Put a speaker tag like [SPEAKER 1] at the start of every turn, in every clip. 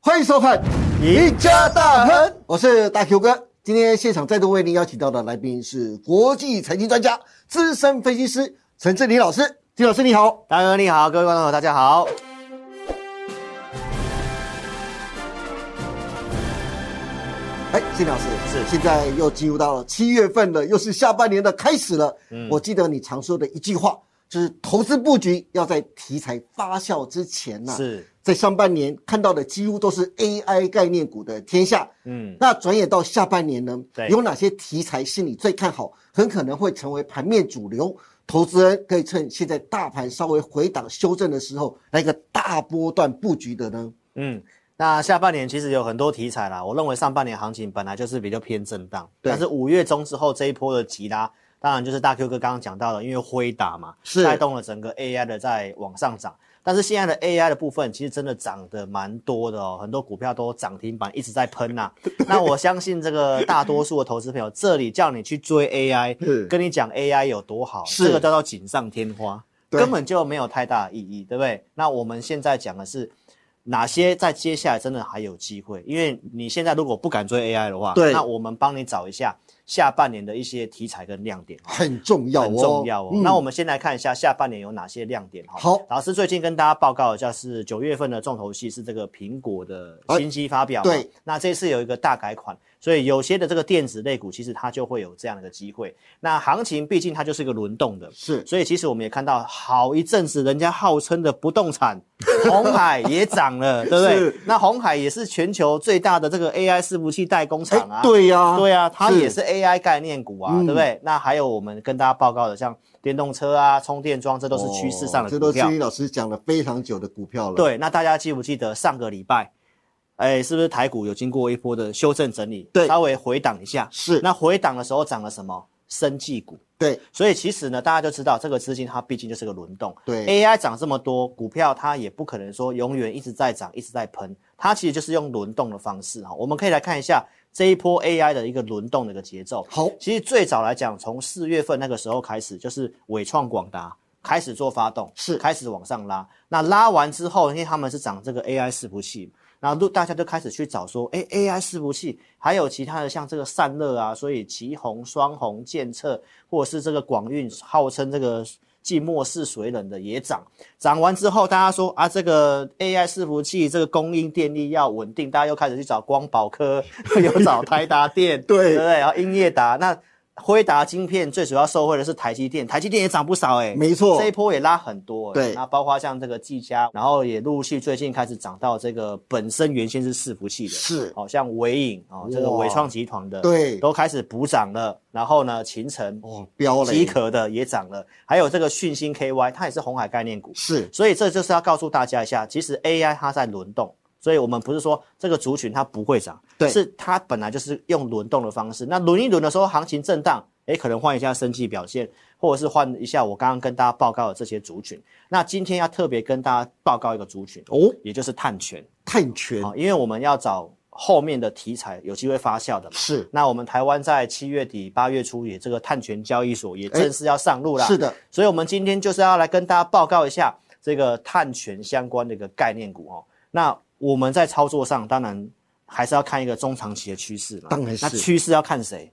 [SPEAKER 1] 欢迎收看《赢家大亨》，我是大 Q 哥。今天现场再度为您邀请到的来宾是国际财经专家、资深分析师陈志林老师。金老师你好，
[SPEAKER 2] 大哥你好，各位观众朋友大家好。
[SPEAKER 1] 哎，金老师
[SPEAKER 2] 是
[SPEAKER 1] 现在又进入到了七月份了，又是下半年的开始了。
[SPEAKER 2] 嗯
[SPEAKER 1] 我记得你常说的一句话，就是投资布局要在题材发酵之前呢、
[SPEAKER 2] 是，
[SPEAKER 1] 在上半年看到的几乎都是 AI 概念股的天下。
[SPEAKER 2] 嗯，
[SPEAKER 1] 那转眼到下半年呢
[SPEAKER 2] 对，
[SPEAKER 1] 有哪些题材是你最看好，很可能会成为盘面主流？投资人可以趁现在大盘稍微回档修正的时候，来一个大波段布局的呢？
[SPEAKER 2] 嗯，那下半年其实有很多题材啦，我认为上半年行情本来就是比较偏震荡，
[SPEAKER 1] 对
[SPEAKER 2] 但是五月中之后这一波的急拉，当然就是大 Q 哥刚刚讲到的，因为辉达嘛，
[SPEAKER 1] 是
[SPEAKER 2] 带动了整个 AI 的在往上涨。但是现在的 AI 的部分其实真的涨得蛮多的哦，很多股票都涨停板一直在喷呐、啊那我相信这个大多数的投资朋友，这里叫你去追 AI，
[SPEAKER 1] 是
[SPEAKER 2] 跟你讲 AI 有多好，
[SPEAKER 1] 是
[SPEAKER 2] 这个叫做锦上添花，
[SPEAKER 1] 对
[SPEAKER 2] 根本就没有太大的意义，对不对？那我们现在讲的是哪些在接下来真的还有机会？因为你现在如果不敢追 AI 的话，
[SPEAKER 1] 对
[SPEAKER 2] 那我们帮你找一下下半年的一些题材跟亮点。
[SPEAKER 1] 很重要哦，
[SPEAKER 2] 很重要哦。
[SPEAKER 1] 嗯
[SPEAKER 2] 那我们先来看一下下半年有哪些亮点哈。
[SPEAKER 1] 好
[SPEAKER 2] 老师最近跟大家报告一下，是九月份的重头戏是这个苹果的新机发表、嘛。
[SPEAKER 1] 哎对，
[SPEAKER 2] 那这次有一个大改款，所以有些的这个电子类股其实它就会有这样的一个机会。那行情毕竟它就是一个轮动的，
[SPEAKER 1] 是
[SPEAKER 2] 所以其实我们也看到好一阵子，人家号称的不动产红海也涨了，对不对
[SPEAKER 1] 是？
[SPEAKER 2] 那红海也是全球最大的这个 AI 伺服器代工
[SPEAKER 1] 哎
[SPEAKER 2] 厂啊，，
[SPEAKER 1] 对呀，
[SPEAKER 2] 对啊，它
[SPEAKER 1] 是
[SPEAKER 2] 也是 AI 概念股啊，
[SPEAKER 1] 嗯
[SPEAKER 2] 对不对？那还有我们跟大家报告的，像电动车啊、充电桩，这都是趋势上
[SPEAKER 1] 哦
[SPEAKER 2] 的
[SPEAKER 1] 这
[SPEAKER 2] 股
[SPEAKER 1] 都是
[SPEAKER 2] 票。
[SPEAKER 1] 金老师讲了非常久的股票了。，
[SPEAKER 2] 对，那大家记不记得上个礼拜，哎，是不是台股有经过一波的修正整理，
[SPEAKER 1] 对
[SPEAKER 2] 稍微回档一下？
[SPEAKER 1] 是
[SPEAKER 2] 那回档的时候涨了什么？生技股。
[SPEAKER 1] 对
[SPEAKER 2] 所以其实呢，大家就知道这个资金它毕竟就是个轮动。
[SPEAKER 1] 对
[SPEAKER 2] AI 涨这么多，股票它也不可能说永远一直在涨，一直在喷，它其实就是用轮动的方式哈。我们可以来看一下这一波 AI 的一个轮动的一个节奏。
[SPEAKER 1] 好
[SPEAKER 2] 其实最早来讲，从四月份那个时候开始，就是伟创、广达开始做发动，
[SPEAKER 1] 是
[SPEAKER 2] 开始往上拉。那拉完之后，因为他们是涨这个 AI 伺服器，然后都大家就开始去找说，哎，AI 伺服器还有其他的像这个散热啊，所以旗宏、双宏、建测，或者是这个广运，号称这个。浸没式水冷的也涨，涨完之后，大家说啊，这个 AI 伺服器这个供应电力要稳定，大家又开始去找光宝科，有找台达电，
[SPEAKER 1] 对
[SPEAKER 2] 对不对？然后英业达，那辉达晶片最主要受惠的是台积电，台积电也涨不少哎、
[SPEAKER 1] 没错
[SPEAKER 2] 这一波也拉很多、欸。
[SPEAKER 1] 对
[SPEAKER 2] 那包括像这个技嘉，然后也陆续最近开始涨到这个本身原先是伺服器的，
[SPEAKER 1] 是
[SPEAKER 2] 好、像伟影哦，这个
[SPEAKER 1] 哇
[SPEAKER 2] 伟创集团的，
[SPEAKER 1] 对
[SPEAKER 2] 都开始补涨了。然后呢，秦晨、
[SPEAKER 1] 哦，标了
[SPEAKER 2] 机壳的也涨了，还有这个讯星 KY，它也是红海概念股，
[SPEAKER 1] 是
[SPEAKER 2] 所以这就是要告诉大家一下，其实 AI 它在轮动，所以我们不是说这个族群它不会涨，
[SPEAKER 1] 对
[SPEAKER 2] 是它本来就是用轮动的方式。那轮一轮的时候，行情震荡，诶，可能换一下生技表现，或者是换一下我刚刚跟大家报告的这些族群。那今天要特别跟大家报告一个族群，
[SPEAKER 1] 哦，
[SPEAKER 2] 也就是碳权
[SPEAKER 1] 碳权
[SPEAKER 2] 啊、因为我们要找后面的题材有机会发酵的嘛。
[SPEAKER 1] 是
[SPEAKER 2] 那我们台湾在七月底八月初也这个碳权交易所也正式要上路啦。
[SPEAKER 1] 是的，
[SPEAKER 2] 所以我们今天就是要来跟大家报告一下这个碳权相关的一个概念股哦。那我们在操作上，当然还是要看一个中长期的趋势嘛。
[SPEAKER 1] 当然是
[SPEAKER 2] 那趋势要看谁？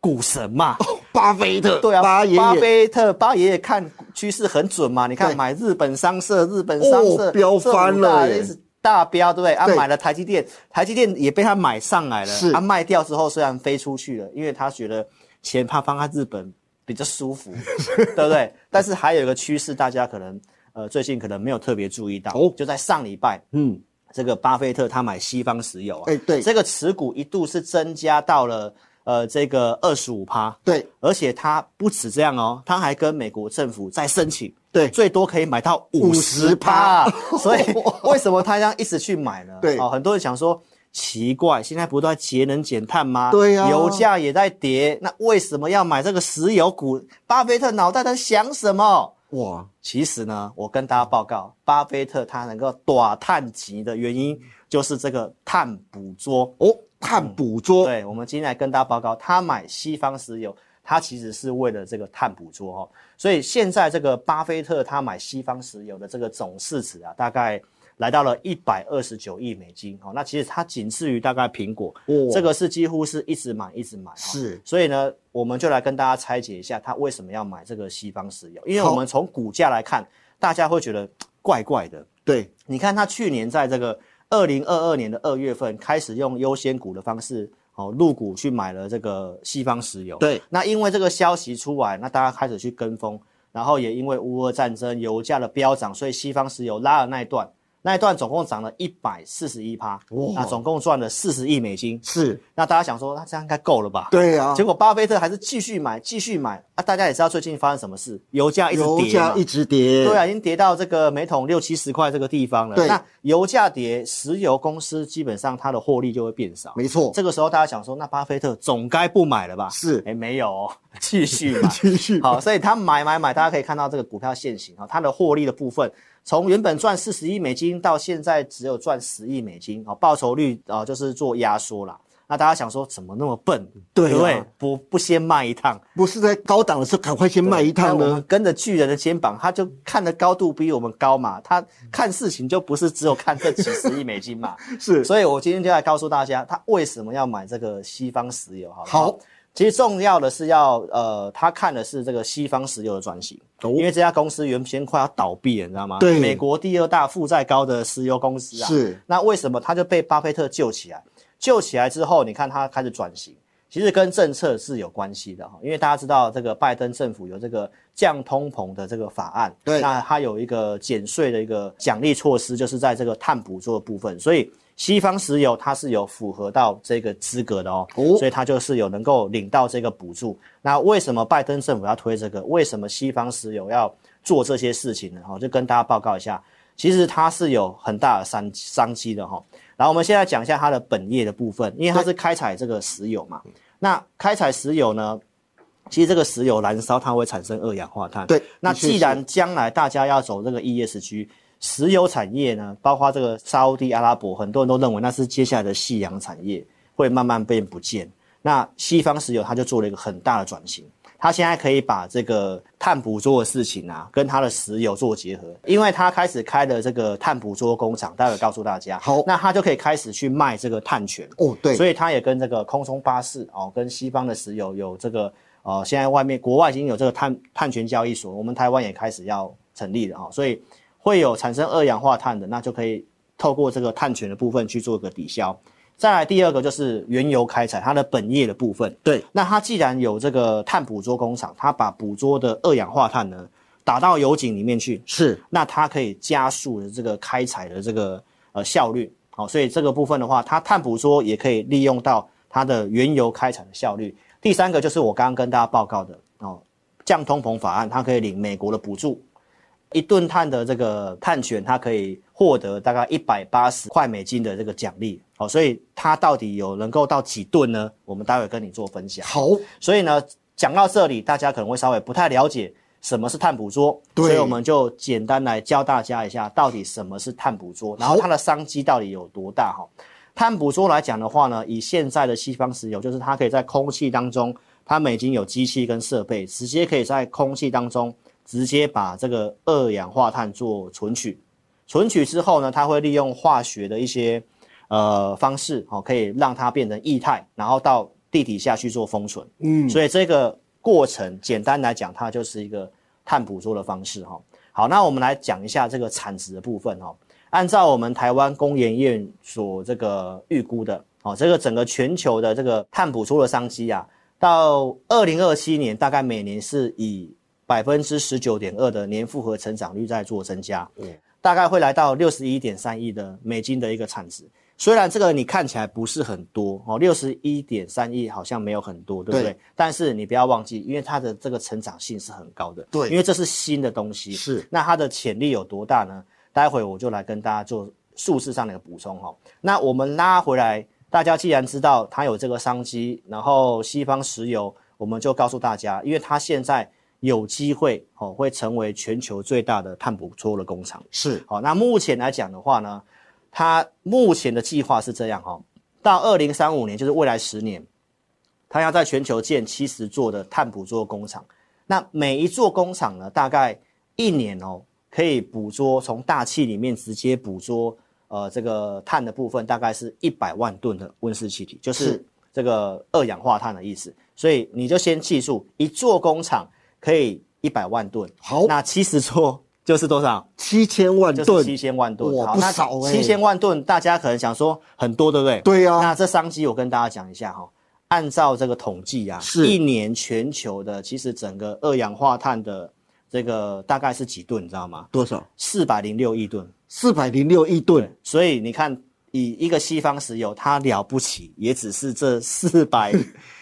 [SPEAKER 2] 股神嘛，
[SPEAKER 1] 巴菲特
[SPEAKER 2] 对啊，
[SPEAKER 1] 巴爷
[SPEAKER 2] 巴
[SPEAKER 1] 爷
[SPEAKER 2] 菲特，巴爷爷看趋势很准嘛。你看
[SPEAKER 1] 对
[SPEAKER 2] 买日本商社，日本商社、
[SPEAKER 1] 哦飙翻了耶
[SPEAKER 2] 这五大一直大标，对不对？啊，
[SPEAKER 1] 对
[SPEAKER 2] 买了台积电，台积电也被他买上来了。
[SPEAKER 1] 是
[SPEAKER 2] 啊，卖掉之后虽然飞出去了，因为他觉得钱怕放在日本比较 舒服，对不对？但是还有一个趋势，大家可能呃最近可能没有特别注意到，
[SPEAKER 1] 哦
[SPEAKER 2] 就在上礼拜，
[SPEAKER 1] 嗯，
[SPEAKER 2] 这个巴菲特他买西方石油啊，
[SPEAKER 1] 哎对
[SPEAKER 2] 这个持股一度是增加到了呃这个二十五趴，
[SPEAKER 1] 对
[SPEAKER 2] 而且他不止这样哦，他还跟美国政府在申请，
[SPEAKER 1] 对
[SPEAKER 2] 最多可以买到五十趴
[SPEAKER 1] 50%，
[SPEAKER 2] 所以为什么他这样一直去买呢？
[SPEAKER 1] 对
[SPEAKER 2] 哦，很多人想说。奇怪，现在不都在节能减碳吗？
[SPEAKER 1] 对呀
[SPEAKER 2] 油价也在跌，那为什么要买这个石油股？巴菲特脑袋在想什么？
[SPEAKER 1] 哇，
[SPEAKER 2] 其实呢，我跟大家报告，巴菲特他能够短碳级的原因就是这个碳捕捉。
[SPEAKER 1] 哦，碳捕捉，
[SPEAKER 2] 对，我们今天来跟大家报告，他买西方石油，他其实是为了这个碳捕捉哦。所以现在这个巴菲特他买西方石油的这个总市值啊，大概来到了一百二十九亿美金哦。那其实它仅次于大概苹果，
[SPEAKER 1] 哦
[SPEAKER 2] 这个是几乎是一直买一直买、哦。
[SPEAKER 1] 是
[SPEAKER 2] 所以呢，我们就来跟大家拆解一下它为什么要买这个西方石油，因为
[SPEAKER 1] 好
[SPEAKER 2] 我们从股价来看，大家会觉得嘖怪怪的。
[SPEAKER 1] 对，
[SPEAKER 2] 你看它去年在这个二零二二年的二月份开始用优先股的方式。哦，入股去买了这个西方石油，
[SPEAKER 1] 对，
[SPEAKER 2] 那因为这个消息出来，那大家开始去跟风，然后也因为乌俄战争、油价的飙涨，所以西方石油拉了那一段，那一段总共涨了一百四十一趴，
[SPEAKER 1] 哇
[SPEAKER 2] 那总共赚了四十亿美金。
[SPEAKER 1] 是，
[SPEAKER 2] 那大家想说，那这样应该够了吧？
[SPEAKER 1] 对啊，
[SPEAKER 2] 结果巴菲特还是继续买，继续买啊！大家也知道最近发生什么事，油价一直
[SPEAKER 1] 油
[SPEAKER 2] 跌嘛
[SPEAKER 1] 价一直跌，
[SPEAKER 2] 对啊，已经跌到这个每桶六七十块这个地方了。
[SPEAKER 1] 嗯对
[SPEAKER 2] 那油价跌，石油公司基本上它的获利就会变少。
[SPEAKER 1] 没错，
[SPEAKER 2] 这个时候大家想说，那巴菲特总该不买了吧？
[SPEAKER 1] 是。
[SPEAKER 2] 哎，没有、哦，继续买
[SPEAKER 1] 继续
[SPEAKER 2] 好，所以他买买买，大家可以看到这个股票现形啊，它的获利的部分，从原本赚四十亿美金到现在只有赚十亿美金啊，报酬率啊就是做压缩啦。那大家想说怎么那么笨？
[SPEAKER 1] 对啊
[SPEAKER 2] 不对？不不先卖一趟，
[SPEAKER 1] 不是在高档的时候赶快先卖一趟
[SPEAKER 2] 那我们
[SPEAKER 1] 呢？
[SPEAKER 2] 跟着巨人的肩膀，他就看的高度比我们高嘛，他看事情就不是只有看这几十亿美金 嘛。
[SPEAKER 1] 是
[SPEAKER 2] 所以我今天就来告诉大家，他为什么要买这个西方石油，好不
[SPEAKER 1] 好，
[SPEAKER 2] 其实重要的是要呃，他看的是这个西方石油的转型，
[SPEAKER 1] 哦
[SPEAKER 2] 因为这家公司原先快要倒闭了，你知道吗？
[SPEAKER 1] 对
[SPEAKER 2] 美国第二大负债高的石油公司啊。
[SPEAKER 1] 是。
[SPEAKER 2] 那为什么他就被巴菲特救起来？救起来之后，你看他开始转型，其实跟政策是有关系的哈，因为大家知道这个拜登政府有这个降通膨的这个法案，
[SPEAKER 1] 对
[SPEAKER 2] 那它有一个减税的一个奖励措施，就是在这个碳捕捉的部分，所以西方石油它是有符合到这个资格的哦，
[SPEAKER 1] 哦
[SPEAKER 2] 所以它就是有能够领到这个补助。那为什么拜登政府要推这个？为什么西方石油要做这些事情呢？哈，就跟大家报告一下，其实它是有很大的商商机的哈、然后我们现在讲一下它的本业的部分，因为它是开采这个石油嘛。那开采石油呢，其实这个石油燃烧它会产生二氧化碳。
[SPEAKER 1] 对
[SPEAKER 2] 那
[SPEAKER 1] 的确是
[SPEAKER 2] 既然将来大家要走这个 ESG，石油产业呢，包括这个沙烏地阿拉伯，很多人都认为那是接下来的夕阳产业会慢慢变不见。那西方石油它就做了一个很大的转型，它现在可以把这个碳捕捉的事情啊，跟它的石油做结合，因为它开始开了这个碳捕捉工厂，待会告诉大家。
[SPEAKER 1] 好
[SPEAKER 2] 那它就可以开始去卖这个碳权。
[SPEAKER 1] 哦，对，
[SPEAKER 2] 所以它也跟这个空中巴士哦，跟西方的石油有这个呃，现在外面国外已经有这个碳碳权交易所，我们台湾也开始要成立了哦，所以会有产生二氧化碳的，那就可以透过这个碳权的部分去做个抵消。再来第二个就是原油开采，它的本业的部分。
[SPEAKER 1] 对，
[SPEAKER 2] 那它既然有这个碳捕捉工厂，它把捕捉的二氧化碳呢打到油井里面去，
[SPEAKER 1] 是
[SPEAKER 2] 那它可以加速的这个开采的这个呃效率，好、所以这个部分的话，它碳捕捉也可以利用到它的原油开采的效率。第三个就是我刚刚跟大家报告的哦，降通膨法案，它可以领美国的补助，一吨碳的这个碳权，它可以获得大概一百八十块美金的这个奖励，好、所以它到底有能够到几吨呢？我们待会跟你做分享。
[SPEAKER 1] 好，
[SPEAKER 2] 所以呢，讲到这里，大家可能会稍微不太了解什么是碳捕捉，
[SPEAKER 1] 对
[SPEAKER 2] 所以我们就简单来教大家一下，到底什么是碳捕捉，然后它的商机到底有多大哈。碳捕捉来讲的话呢，以现在的西方石油，就是它可以在空气当中，它们已经有机器跟设备，直接可以在空气当中直接把这个二氧化碳做存取，存取之后呢，它会利用化学的一些呃方式，哦，可以让它变成液态，然后到地底下去做封存。
[SPEAKER 1] 嗯，
[SPEAKER 2] 所以这个过程简单来讲，它就是一个碳捕捉的方式哈。好，那我们来讲一下这个产值的部分哈。按照我们台湾工研院所这个预估的，哦，这个整个全球的这个碳捕捉的商机啊，到二零二七年大概每年是以百分之十九点二的年复合成长率在做增加，大概会来到六十一点三亿的美金的一个产值。虽然这个你看起来不是很多哦，六十一点三亿好像没有很多，对不对？
[SPEAKER 1] 对
[SPEAKER 2] 但是你不要忘记，因为它的这个成长性是很高的，
[SPEAKER 1] 对
[SPEAKER 2] 因为这是新的东西，
[SPEAKER 1] 是
[SPEAKER 2] 那它的潜力有多大呢？待会我就来跟大家做数字上的一个补充哈、那我们拉回来，大家既然知道它有这个商机，然后西方石油，我们就告诉大家，因为它现在有机会哦，会成为全球最大的碳捕捉的工厂。
[SPEAKER 1] 是
[SPEAKER 2] 好，那目前来讲的话呢，它目前的计划是这样哦，到二零三五年，就是未来十年，它要在全球建七十座的碳捕捉工厂。那每一座工厂呢，大概一年哦可以捕捉从大气里面直接捕捉呃这个碳的部分，大概是一百万吨的温室气体，就是
[SPEAKER 1] 是
[SPEAKER 2] 这个二氧化碳的意思。所以你就先记住，一座工厂可以一百万吨，
[SPEAKER 1] 好，
[SPEAKER 2] 那七十座 就是多少？
[SPEAKER 1] 七千万
[SPEAKER 2] 就是七
[SPEAKER 1] 吨，
[SPEAKER 2] 千万吨，
[SPEAKER 1] 哇
[SPEAKER 2] 好，
[SPEAKER 1] 不
[SPEAKER 2] 那
[SPEAKER 1] 少欸
[SPEAKER 2] 七千万吨，大家可能想说很多，对不对？
[SPEAKER 1] 对啊
[SPEAKER 2] 那这商机我跟大家讲一下哈、按照这个统计啊，
[SPEAKER 1] 是
[SPEAKER 2] 一年全球的其实整个二氧化碳的这个大概是几吨，你知道吗？
[SPEAKER 1] 多少？
[SPEAKER 2] 四百零六亿吨。
[SPEAKER 1] 四百零六亿吨，
[SPEAKER 2] 所以你看，以一个西方石油，它了不起，也只是这四 百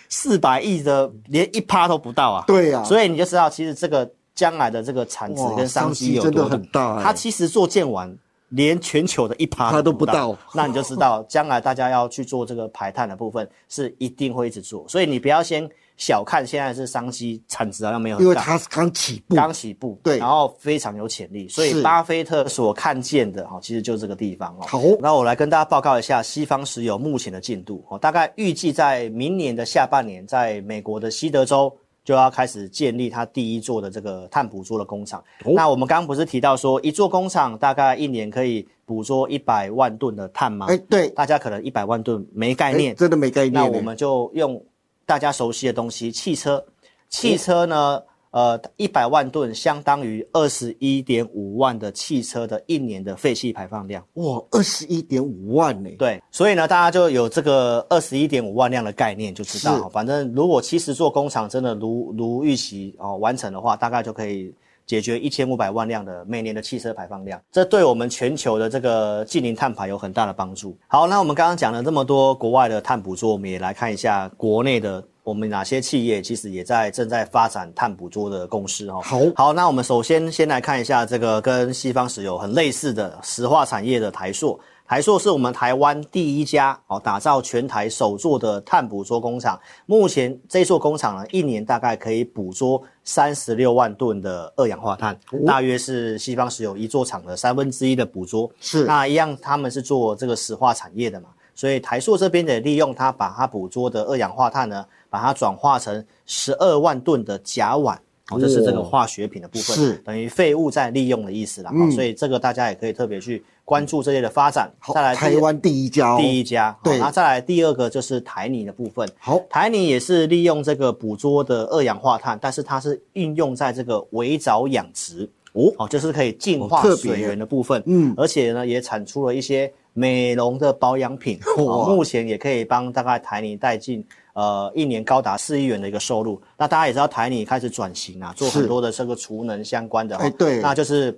[SPEAKER 2] 四百亿的，连一趴都不到啊。
[SPEAKER 1] 对啊
[SPEAKER 2] 所以你就知道，其实这个将来的这个产值
[SPEAKER 1] 哇
[SPEAKER 2] 跟
[SPEAKER 1] 商
[SPEAKER 2] 机
[SPEAKER 1] 机
[SPEAKER 2] 有
[SPEAKER 1] 真的
[SPEAKER 2] 多
[SPEAKER 1] 很大欸
[SPEAKER 2] 它其实做建完，连全球的一趴
[SPEAKER 1] 它都
[SPEAKER 2] 不
[SPEAKER 1] 不
[SPEAKER 2] 到
[SPEAKER 1] 到，
[SPEAKER 2] 那你就知道将来大家要去做这个排碳的部分，是一定会一直做。所以你不要先小看现在是商机产值好像没有
[SPEAKER 1] 因
[SPEAKER 2] 很
[SPEAKER 1] 为
[SPEAKER 2] 大。
[SPEAKER 1] 它是刚起步，
[SPEAKER 2] 刚起步，
[SPEAKER 1] 对
[SPEAKER 2] 然后非常有潜力，所以
[SPEAKER 1] 是
[SPEAKER 2] 巴菲特所看见的哈，其实就这个地方哦。
[SPEAKER 1] 好
[SPEAKER 2] 那我来跟大家报告一下西方石油目前的进度哦，大概预计在明年的下半年，在美国的西德州就要开始建立它第一座的这个碳捕捉的工厂。
[SPEAKER 1] 哦
[SPEAKER 2] 那我们刚刚不是提到说，一座工厂大概一年可以捕捉一百万吨的碳吗？
[SPEAKER 1] 哎，对，
[SPEAKER 2] 大家可能一百万吨没概
[SPEAKER 1] 哎，
[SPEAKER 2] 念，
[SPEAKER 1] 真的没概念欸。
[SPEAKER 2] 那我们就用大家熟悉的东西，汽车。汽车
[SPEAKER 1] 哦
[SPEAKER 2] 呢，呃，一百万吨相当于二十一点五万的汽车的一年的废气排放量。
[SPEAKER 1] 哇，二十一点五万呢，
[SPEAKER 2] 对，所以呢，大家就有这个二十一点五万辆的概念，就知
[SPEAKER 1] 是
[SPEAKER 2] 道。反正如果七十座工厂真的如如预期哦完成的话，大概就可以解决一千五百万辆的每年的汽车排放量，这对我们全球的这个近零碳排有很大的帮助。好，那我们刚刚讲了这么多国外的碳捕捉，我们也来看一下国内的。我们哪些企业其实也在正在发展碳捕捉的共识哦。
[SPEAKER 1] 好
[SPEAKER 2] 好，那我们首先先来看一下这个跟西方石油很类似的石化产业的台塑。台塑是我们台湾第一家哦，打造全台首座的碳捕捉工厂。目前这座工厂呢，一年大概可以捕捉三十六万吨的二氧化碳，大约是西方石油一座厂的三分之一的捕捉。
[SPEAKER 1] 是
[SPEAKER 2] 那一样，他们是做这个石化产业的嘛，所以台塑这边得利用它把它捕捉的二氧化碳呢，把它转化成十二万吨的甲烷。哦，这是这个
[SPEAKER 1] 哇
[SPEAKER 2] 化学品的部分，
[SPEAKER 1] 是
[SPEAKER 2] 等于废物再利用的意思啦、
[SPEAKER 1] 嗯
[SPEAKER 2] 哦所以这个大家也可以特别去关注这类的发展。
[SPEAKER 1] 好，
[SPEAKER 2] 再来第
[SPEAKER 1] 台湾第一家哦，
[SPEAKER 2] 第一家，好
[SPEAKER 1] 对
[SPEAKER 2] 那再来第二个就是台泥的部分。
[SPEAKER 1] 好，
[SPEAKER 2] 台泥也是利用这个捕捉的二氧化碳，但是它是运用在这个围藻养殖哦，就是可以净化
[SPEAKER 1] 哦特别
[SPEAKER 2] 水源的部分，
[SPEAKER 1] 嗯
[SPEAKER 2] 而且呢也产出了一些美容的保 养品，哦
[SPEAKER 1] 哇
[SPEAKER 2] 目前也可以帮大概台泥带进呃一年高达四亿元的一个收入。那大家也知道台泥开始转型啊，做很
[SPEAKER 1] 是
[SPEAKER 2] 多的这个储能相关的，哦
[SPEAKER 1] 哎对
[SPEAKER 2] 那就是。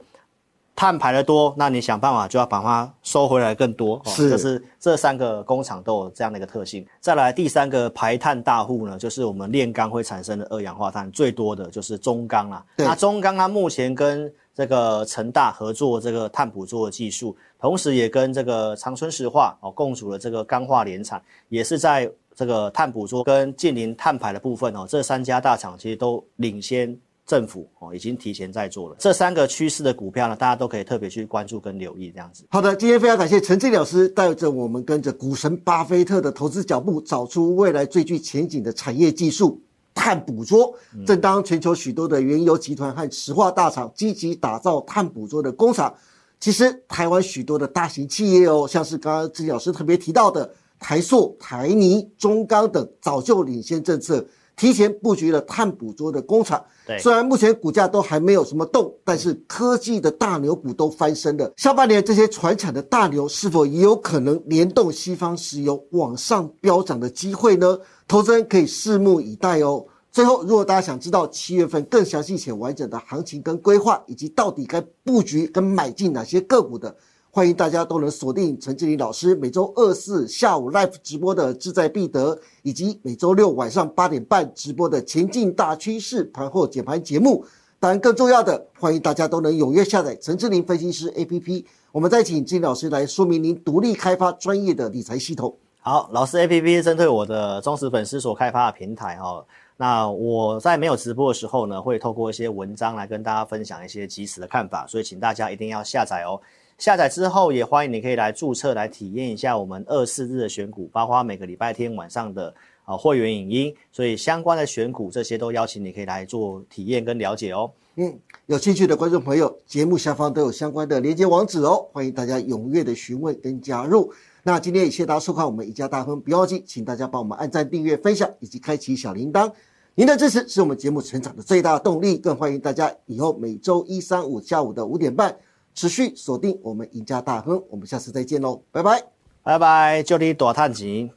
[SPEAKER 2] 碳排的多，那你想办法就要把它收回来更多。哦
[SPEAKER 1] 是
[SPEAKER 2] 这是这三个工厂都有这样的一个特性。再来第三个排碳大户呢，就是我们炼钢会产生的二氧化碳最多的就是中钢啦。
[SPEAKER 1] 对
[SPEAKER 2] 那中钢它目前跟这个成大合作这个碳捕捉的技术，同时也跟这个长春石化哦共组了这个钢化联产，也是在这个碳捕捉跟近邻碳排的部分哦，这三家大厂其实都领先政府哦，已经提前在做了。这三个趋势的股票呢，大家都可以特别去关注跟留意这样子。
[SPEAKER 1] 好的，今天非常感谢陈志老师带着我们跟着股神巴菲特的投资脚步，找出未来最具前景的产业技术。碳捕捉，
[SPEAKER 2] 嗯
[SPEAKER 1] 正当全球许多的原油集团和石化大厂积极打造碳捕捉的工厂，其实台湾许多的大型企业哦，像是刚刚志老师特别提到的台塑、台泥、中钢等，早就领先政策，提前布局了碳捕捉的工厂。
[SPEAKER 2] 对
[SPEAKER 1] 虽然目前股价都还没有什么动，但是科技的大牛股都翻身了。下半年这些船产的大牛是否也有可能联动西方石油往上飙涨的机会呢？投资人可以拭目以待哦。最后，如果大家想知道七月份更详细且完整的行情跟规划，以及到底该布局跟买进哪些个股的，欢迎大家都能锁定陈志林老师每周二四下午 live 直播的志在必得，以及每周六晚上八点半直播的前进大趋势盘后解盘节目。当然，更重要的，欢迎大家都能踊跃下载陈志林分析师 APP。我们再请志林老师来说明您独立开发专业的理财系统。
[SPEAKER 2] 好，老师 A P P 是针对我的忠实粉丝所开发的平台哦。那我在没有直播的时候呢，会透过一些文章来跟大家分享一些即时的看法，所以请大家一定要下载哦。下载之后，也欢迎你可以来注册来体验一下我们二四日的选股，包括每个礼拜天晚上的啊、呃会员影音，所以相关的选股这些都邀请你可以来做体验跟了解哦。
[SPEAKER 1] 嗯，有兴趣的观众朋友，节目下方都有相关的连接网址哦，欢迎大家踊跃的询问跟加入。那今天也谢谢大家收看我们一家大亨，不要忘记，请大家帮我们按赞、订阅、分享以及开启小铃铛。您的支持是我们节目成长的最大动力，更欢迎大家以后每周一、三、五下午的五点半持续锁定我们赢家大亨。我们下次再见喽，拜拜。
[SPEAKER 2] 拜拜，就你大探钱。